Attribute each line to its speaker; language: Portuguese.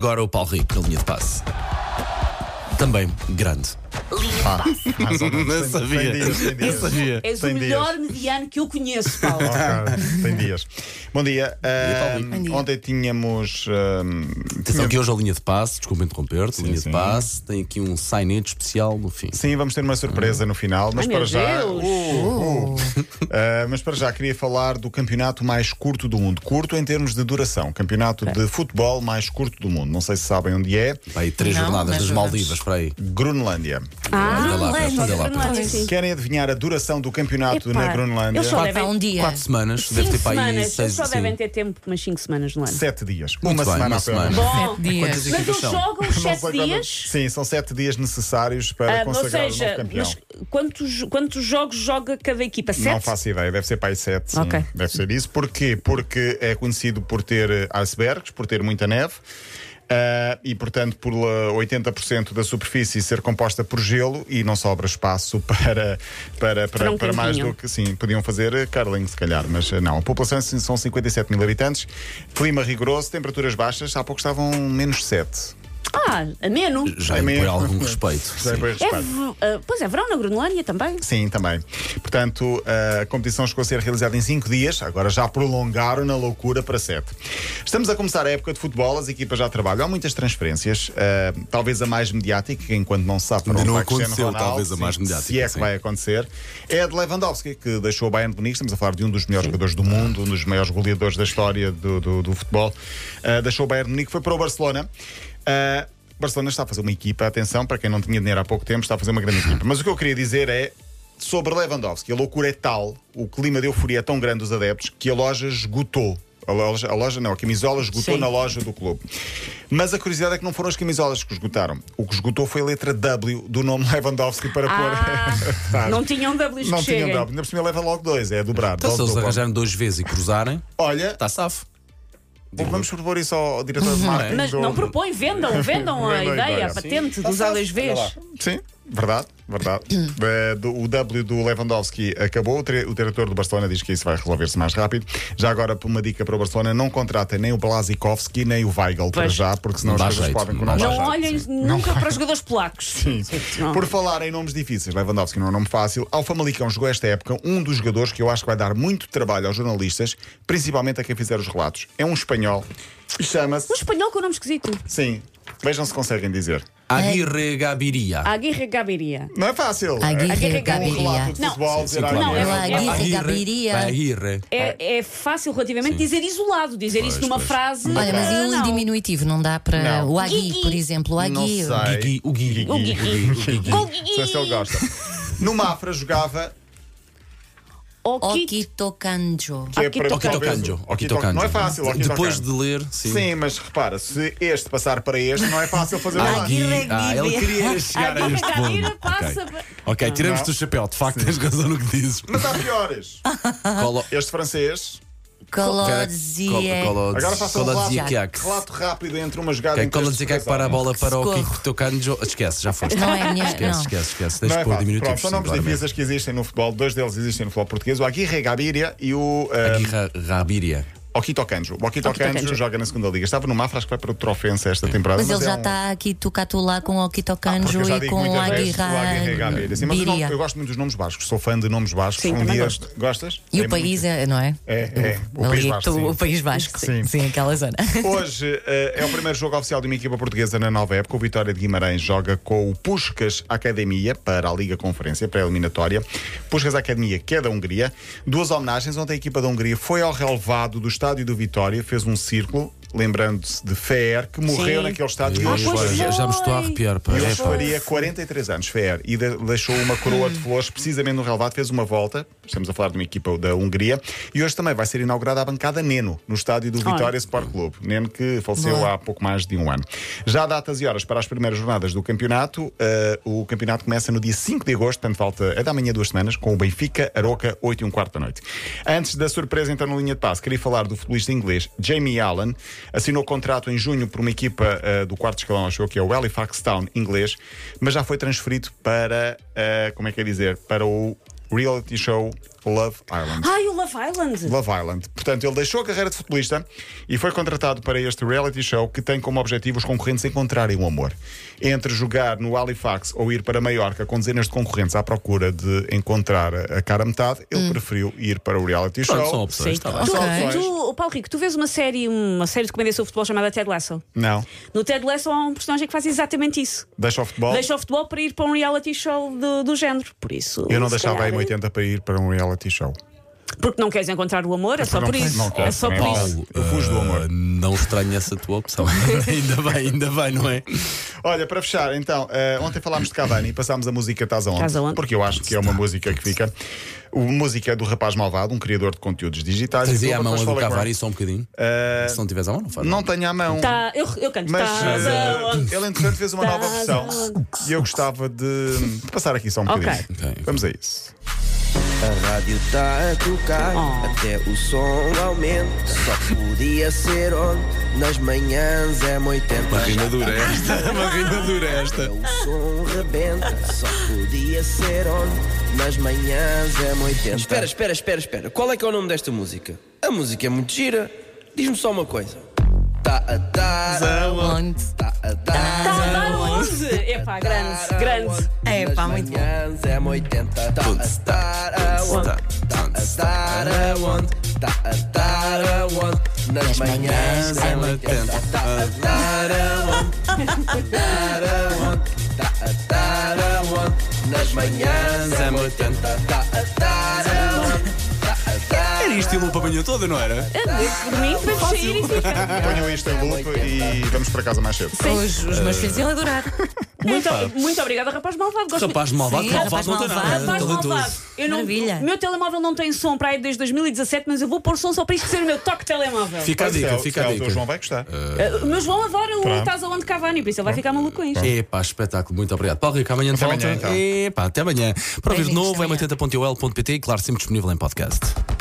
Speaker 1: Agora o Paulo Rico na linha de passe. Também grande. Não
Speaker 2: Tem
Speaker 1: sabia. é
Speaker 2: dias, tem dias.
Speaker 1: sabia.
Speaker 3: És
Speaker 2: Tem
Speaker 3: o melhor mediano que eu conheço, Paulo.
Speaker 2: Ok, tem dias. Bom dia.
Speaker 1: Paulo.
Speaker 2: Ahm, ontem tínhamos. ahm,
Speaker 1: Atenção que hoje a linha de passe, desculpa interromper-te, linha
Speaker 2: sim.
Speaker 1: de passe tem aqui um sainete especial no fim.
Speaker 2: Sim, vamos ter uma surpresa no final, mas
Speaker 3: Ai,
Speaker 2: para
Speaker 3: meu
Speaker 2: já.
Speaker 3: Deus.
Speaker 2: Uh, uh. Ah, mas para já queria falar do campeonato mais curto do mundo. Curto em termos de duração. Campeonato de futebol mais curto do mundo. Não sei se sabem onde é.
Speaker 1: Vai aí três
Speaker 4: Não,
Speaker 1: jornadas
Speaker 4: mas
Speaker 1: nas
Speaker 4: vamos.
Speaker 1: Maldivas, para aí.
Speaker 2: Grunlândia.
Speaker 1: Ah, Olha lá,
Speaker 3: Grunlândia,
Speaker 1: olha lá,
Speaker 3: Grunlândia,
Speaker 1: olha lá.
Speaker 3: sim.
Speaker 2: Querem adivinhar a duração do campeonato
Speaker 3: Epá,
Speaker 2: na Grunlândia?
Speaker 3: eu só
Speaker 4: Falta
Speaker 3: devem-
Speaker 4: um dia.
Speaker 1: Quatro semanas, deve
Speaker 3: Cinco
Speaker 1: ter para aí
Speaker 3: semanas,
Speaker 1: seis.
Speaker 3: só
Speaker 1: sim.
Speaker 3: devem ter tempo, umas 5 semanas no ano.
Speaker 2: Sete dias.
Speaker 1: Muito
Speaker 2: uma
Speaker 1: bem,
Speaker 2: semana
Speaker 1: uma
Speaker 2: à semana.
Speaker 1: semana.
Speaker 3: Bom,
Speaker 4: Sete dias.
Speaker 1: Quantas
Speaker 3: mas eles
Speaker 1: equipes são?
Speaker 3: jogam
Speaker 2: Não sei
Speaker 3: 7
Speaker 2: quando-
Speaker 3: dias?
Speaker 2: Sim, são sete dias necessários para
Speaker 3: Ah, ou
Speaker 2: consagrar o novo
Speaker 3: seja,
Speaker 2: campeão.
Speaker 3: mas quantos, quantos jogos joga cada equipa?
Speaker 2: Não
Speaker 3: 7?
Speaker 2: faço ideia, deve ser para aí 7. Sim.
Speaker 3: Ok.
Speaker 2: Deve ser isso. Porquê? Porque é conhecido por ter eh, icebergs, por ter muita neve. ah, e, portanto, por lá 80% da superfície ser composta por gelo e não sobra espaço para, para, para,
Speaker 3: um
Speaker 2: para mais
Speaker 3: campinho.
Speaker 2: do que. Sim, podiam fazer eh, curling, se calhar, mas eh, não. A população sim, são 57 mil habitantes, clima rigoroso, temperaturas baixas. Há pouco estavam menos 7.
Speaker 3: Ah, a menos.
Speaker 1: Já
Speaker 2: É
Speaker 1: é por
Speaker 2: mesmo.
Speaker 1: algum respeito.
Speaker 2: Já é
Speaker 1: sim.
Speaker 2: bem
Speaker 3: É,
Speaker 2: respeito.
Speaker 3: v- ah, pois é, verão na Grunlândia também.
Speaker 2: Sim, também. Portanto, a competição chegou a ser realizada em 5 dias, agora já prolongaram na loucura para 7. Estamos a começar a época de futebol, as equipas já trabalham. Há muitas transferências, ah, talvez a mais mediática, que enquanto não se sabe para
Speaker 1: Ainda
Speaker 2: onde
Speaker 1: não
Speaker 2: vai Cristiano
Speaker 1: aconteceu,
Speaker 2: Ronaldo,
Speaker 1: talvez a mais
Speaker 2: se-
Speaker 1: mediática,
Speaker 2: Se é que
Speaker 1: sim.
Speaker 2: vai acontecer, é a de Lewandowski, que deixou o Bayern de Munique. Estamos a falar de um dos melhores jogadores do mundo, um dos maiores goleadores da história do, do- do futebol. Ah, deixou o Bayern de Munique, foi para o Barcelona. Ah, o Barcelona está a fazer uma equipa, atenção, para quem não tinha dinheiro há pouco tempo, está a fazer uma grande equipa. Mas o que eu queria dizer é sobre Lewandowski. A loucura é tal, o clima de euforia é tão grande dos adeptos que a loja esgotou. A loja, a loja não, a camisola esgotou
Speaker 3: Sim.
Speaker 2: na loja do clube. Mas a curiosidade é que não foram as camisolas que esgotaram. O que esgotou foi a letra W do nome Lewandowski para
Speaker 3: Ah,
Speaker 2: pôr. Sabe?
Speaker 3: não tinham W's
Speaker 2: Não
Speaker 3: que
Speaker 2: tinha
Speaker 3: cheguem.
Speaker 2: W. Ainda por cima leva logo dois, é dobrar.
Speaker 1: Então, Tá se
Speaker 2: Logo
Speaker 1: eles
Speaker 2: dupla.
Speaker 1: arranjarem dois vezes e cruzarem,
Speaker 2: Olha,
Speaker 1: está safo.
Speaker 2: bom, vamos propor isso ao diretor
Speaker 1: é?
Speaker 2: de marketing.
Speaker 3: Mas
Speaker 2: do-
Speaker 3: não propõem, vendam, vendam a
Speaker 2: Vendam a
Speaker 3: ideia,
Speaker 2: ideia,
Speaker 3: a
Speaker 2: sim.
Speaker 3: patente dos AWVs.
Speaker 2: Sim, verdade, verdade.
Speaker 3: Hum.
Speaker 2: Eh, do- o W do Lewandowski acabou. O, tre- o diretor do Barcelona diz que isso vai resolver-se mais rápido. Já agora, por uma dica para o Barcelona, não contratem nem o Blazikovski nem o Weigl para
Speaker 3: Pois.
Speaker 2: já, porque senão
Speaker 1: Não
Speaker 2: as
Speaker 1: dá
Speaker 2: coisas
Speaker 1: jeito,
Speaker 2: podem
Speaker 1: não dá
Speaker 2: não dá
Speaker 3: Não
Speaker 1: jeito.
Speaker 2: jeito,
Speaker 3: olhem
Speaker 2: sim.
Speaker 3: nunca para os jogadores polacos. Sim. Não.
Speaker 2: Por falar em nomes difíceis, Lewandowski não é um nome fácil. Ao Famalicão jogou esta época um dos jogadores que eu acho que vai dar muito trabalho aos jornalistas, principalmente a quem fizer os relatos. É um espanhol. Chama-se.
Speaker 3: Um espanhol com um nome esquisito.
Speaker 2: Sim, vejam se conseguem dizer.
Speaker 1: Aguirre Gaviria.
Speaker 3: Aguirre Gaviria.
Speaker 2: Não é fácil.
Speaker 4: Aguirre
Speaker 2: É que é um
Speaker 3: Gaviria.
Speaker 2: relato de
Speaker 3: Não.
Speaker 2: futebol, dizer
Speaker 1: claro.
Speaker 2: "Ah,
Speaker 3: Não, é-
Speaker 2: não,
Speaker 3: é-
Speaker 1: Aguirre,
Speaker 4: Aguirre, Gaviria.
Speaker 1: Aguirre.
Speaker 3: É, é fácil relativamente dizer isolado, dizer isso numa
Speaker 1: pois.
Speaker 3: frase.
Speaker 4: Olha, mas
Speaker 3: ah,
Speaker 4: e o
Speaker 3: não.
Speaker 4: diminutivo? Não dá para.
Speaker 2: Não.
Speaker 4: O Agui,
Speaker 3: Gui.
Speaker 4: por exemplo. O
Speaker 2: Não
Speaker 4: Agui.
Speaker 2: sei.
Speaker 1: Gui, o Gui.
Speaker 3: O Gui.
Speaker 2: Não sei se ele gosta. No Mafra jogava.
Speaker 3: O Kit.
Speaker 4: Okito Kanjo.
Speaker 2: Que é
Speaker 3: Aqui
Speaker 2: para
Speaker 3: toca-
Speaker 2: talvez-
Speaker 1: Okitokanjo.
Speaker 2: Aqui toca- Não é fácil. aqui
Speaker 1: Depois
Speaker 2: toca-
Speaker 1: de ler, sim.
Speaker 2: Sim, mas repara, se este passar para este, não é fácil fazer
Speaker 1: Ah,
Speaker 2: nada.
Speaker 1: Gui. Ah, ele queria chegar a
Speaker 3: Aguirre
Speaker 1: este
Speaker 3: Gaviria
Speaker 1: ponto.
Speaker 3: passa-
Speaker 1: Ok. Ok, tiramos-te o chapéu, de facto tens razão no que dizes.
Speaker 2: Mas há piores.
Speaker 1: Ah.
Speaker 4: Ah,
Speaker 1: Colo-
Speaker 2: Este francês.
Speaker 4: Colodzie.
Speaker 1: Colo-
Speaker 2: Agora faça um relato,
Speaker 1: Colodziakiak.
Speaker 2: relato rápido entre uma jogada um
Speaker 1: Ok,
Speaker 2: em que este
Speaker 1: Colodziakiak para a bola para o
Speaker 4: Socorro.
Speaker 1: Kiko Tocanjo. Esquece, já foste.
Speaker 4: Não é a minha.
Speaker 1: Esquece,
Speaker 4: não.
Speaker 1: esquece, esquece.
Speaker 2: Não
Speaker 1: Deixa
Speaker 2: é
Speaker 1: pôr
Speaker 2: fácil.
Speaker 1: diminutivos.
Speaker 2: Pronto, são
Speaker 1: sim,
Speaker 2: nomes
Speaker 1: claramente.
Speaker 2: difíceis que existem no futebol. Dois deles existem no futebol português: o Aguirre Gabiria e o ah,
Speaker 1: Aguirre Gaviria.
Speaker 2: Okito Kanjo. O Okito Kanjo
Speaker 3: Kanjo.
Speaker 2: joga na segunda liga. Estava no Mafra, acho que vai para o Trofense esta temporada.
Speaker 4: Mas ele
Speaker 2: é
Speaker 4: já
Speaker 2: um- Ah,
Speaker 4: está aqui tucatulá com o Okito
Speaker 2: Porque
Speaker 4: Kanjo
Speaker 2: eu já
Speaker 4: e
Speaker 2: digo
Speaker 4: com o
Speaker 2: muitas
Speaker 4: Agui
Speaker 2: vezes do Aguirre Gabeira. é Sim, mas eu, não- eu
Speaker 4: Gaviria.
Speaker 2: gosto muito dos nomes bascos, sou fã de nomes bascos.
Speaker 3: Sim,
Speaker 2: um
Speaker 3: também
Speaker 2: dia
Speaker 3: gosto.
Speaker 2: gostas?
Speaker 4: E
Speaker 2: É
Speaker 4: o país, é, não é?
Speaker 2: É, é, o
Speaker 4: Ali
Speaker 2: País
Speaker 4: é
Speaker 2: Vasco,
Speaker 4: tu-
Speaker 2: sim.
Speaker 4: O País Vasco.
Speaker 2: Sim.
Speaker 4: Sim, sim, aquela zona.
Speaker 2: Hoje eh, é o primeiro jogo oficial de uma equipa portuguesa na nova época. O Vitória de Guimarães joga com o Puscas Academia para a Liga Conferência, para a eliminatória. Puscas Academia, que é da Hungria. Duas homenagens. Ontem a equipa da Hungria foi ao relevado do estádio do Vitória, fez um círculo, lembrando-se de Fer, que morreu naquele estádio. E hoje
Speaker 3: pois
Speaker 2: faria-
Speaker 3: foi.
Speaker 1: Já já me estou a arrepiar. pá.
Speaker 2: Ah, E
Speaker 1: É,
Speaker 2: hoje
Speaker 1: pá.
Speaker 2: faria 43 anos, Fer, e de- deixou uma coroa de flores precisamente no relevado, fez uma volta. Estamos a falar de uma equipa da Hungria. E hoje também vai ser inaugurada a bancada Neno, no estádio do Vitória Sport Clube. Neno que faleceu
Speaker 4: Boa.
Speaker 2: há pouco mais de um ano. Já há datas e horas para as primeiras jornadas do campeonato. Eh, o campeonato começa no dia 5 de agosto, portanto falta é da manhã duas semanas, com o Benfica, Aroca, 8 e um quarto da noite. Antes da surpresa, então, na linha de passe, queria falar do futebolista inglês Jamie Allen. Assinou contrato em junho por uma equipa eh, do quarto escalão, acho eu, que é o Halifax Town, inglês, mas já foi transferido para, eh, como é que é dizer, para o reality show Love Island.
Speaker 3: Ai, o Love Island.
Speaker 2: Love Island. Portanto, ele deixou a carreira de futebolista e foi contratado para este reality show que tem como objetivo os concorrentes encontrarem o amor. Entre jogar no Halifax ou ir para Maiorca com dezenas de concorrentes à procura de encontrar a cara a metade, ele
Speaker 3: Hum.
Speaker 2: preferiu ir para o reality
Speaker 1: Pronto,
Speaker 2: show.
Speaker 1: são opções, está bem.
Speaker 3: Tu,
Speaker 2: Ok.
Speaker 3: tu, Paulo Rico, tu vês uma série, uma série de comédia sobre futebol chamada Ted Lasso.
Speaker 2: Não,
Speaker 3: No Ted Lasso há um personagem que faz exatamente isso.
Speaker 2: deixa o futebol.
Speaker 3: Deixa o futebol para ir para um reality show do, do género. Por isso.
Speaker 2: Eu não
Speaker 3: se
Speaker 2: deixava a
Speaker 3: calhar,
Speaker 2: M80 para ir para um reality show.
Speaker 3: Porque não queres encontrar o amor, é só
Speaker 2: não
Speaker 3: por
Speaker 2: quero,
Speaker 3: isso.
Speaker 2: não quero,
Speaker 3: é só por
Speaker 2: também.
Speaker 3: isso. Uh,
Speaker 2: Paulo, Eu fujo do amor.
Speaker 1: ah, Não estranho essa tua opção. ainda bem, ainda bem, não é?
Speaker 2: Olha, para fechar, então, eh, ontem falámos de Cavani e passámos a música Estás aonde?
Speaker 3: Estás aonde?
Speaker 2: Porque eu acho que é uma música que fica. O, música do Rapaz Malvado, um criador de conteúdos digitais.
Speaker 1: Tens aí à
Speaker 2: Depois
Speaker 1: mão a do
Speaker 2: falei com
Speaker 1: Cavari
Speaker 2: ele.
Speaker 1: só um bocadinho. Se não tiveres à mão, não faz.
Speaker 2: Eh, Não
Speaker 1: mal.
Speaker 2: tenho à mão.
Speaker 3: Tá, eu, eu canto.
Speaker 2: Mas
Speaker 3: Estás
Speaker 2: eh,
Speaker 3: aonde?
Speaker 2: ele, entretanto, fez uma nova
Speaker 3: Estás
Speaker 2: versão. E eu gostava de de passar aqui só um bocadinho.
Speaker 1: Ok. Ok.
Speaker 2: Vamos a isso.
Speaker 5: A rádio tá a tocar,
Speaker 3: Oh.
Speaker 5: até o som aumenta. Só podia ser onde? Nas manhãs é 80.
Speaker 1: Uma rima dura é esta, uma rima dura esta.
Speaker 5: O som rebenta, só podia ser onde? Nas manhãs é 80. Espera, espera, espera, espera. Qual é que é o nome desta música? A música é muito gira. Diz-me só uma coisa. Tá a dar,
Speaker 4: Onde?
Speaker 5: tá a dar.
Speaker 3: Estás aonde? tá Epá,
Speaker 5: Tá,
Speaker 3: grande, grande.
Speaker 4: É, pá, muito bom.
Speaker 5: bom. É 80. Tá a dar aonde? Tá a dar aonde? Tá a dar aonde? Nas manhãs é 80. Tá a dar aonde? Dar aonde? Tá a dar aonde? Nas manhãs é 80. Tá a dar aonde? Tá a dar
Speaker 1: Era isto e lupa apanhou toda, não era?
Speaker 3: Por mim, podemos sair e ficar.
Speaker 2: Ponham isto em loop e vamos para casa mais cedo.
Speaker 4: Os, os meus filhos iam adorar.
Speaker 3: Muito, muito obrigada, rapaz malvado. Gosto
Speaker 1: Rapaz malvado,
Speaker 4: Sim,
Speaker 1: malvado Tá
Speaker 4: rapaz
Speaker 1: não tem nada.
Speaker 4: malvado.
Speaker 3: Rapaz
Speaker 1: talentoso.
Speaker 3: malvado, eu não,
Speaker 4: Maravilha.
Speaker 3: o meu telemóvel não tem som para aí desde 2017, mas eu vou pôr som só para isto ser o meu toque telemóvel.
Speaker 1: Fica a
Speaker 2: Pois é,
Speaker 1: dica,
Speaker 2: o-
Speaker 1: fica
Speaker 2: é,
Speaker 1: a
Speaker 2: o teu
Speaker 1: dica.
Speaker 2: João vai gostar.
Speaker 3: Uh, o meu João adora o
Speaker 2: Pronto.
Speaker 3: Estás aonde Cavani, por isso ele vai ficar maluco com isto.
Speaker 1: Epá, espetáculo, muito obrigado. Paulo Rico, amanhã de
Speaker 2: Até
Speaker 1: volta.
Speaker 2: amanhã, então.
Speaker 1: Epá, até amanhã. Para ouvir de
Speaker 4: Beijinhos,
Speaker 1: novo,
Speaker 4: até amanhã.
Speaker 1: m80.ol.pt e claro, sempre disponível em podcast.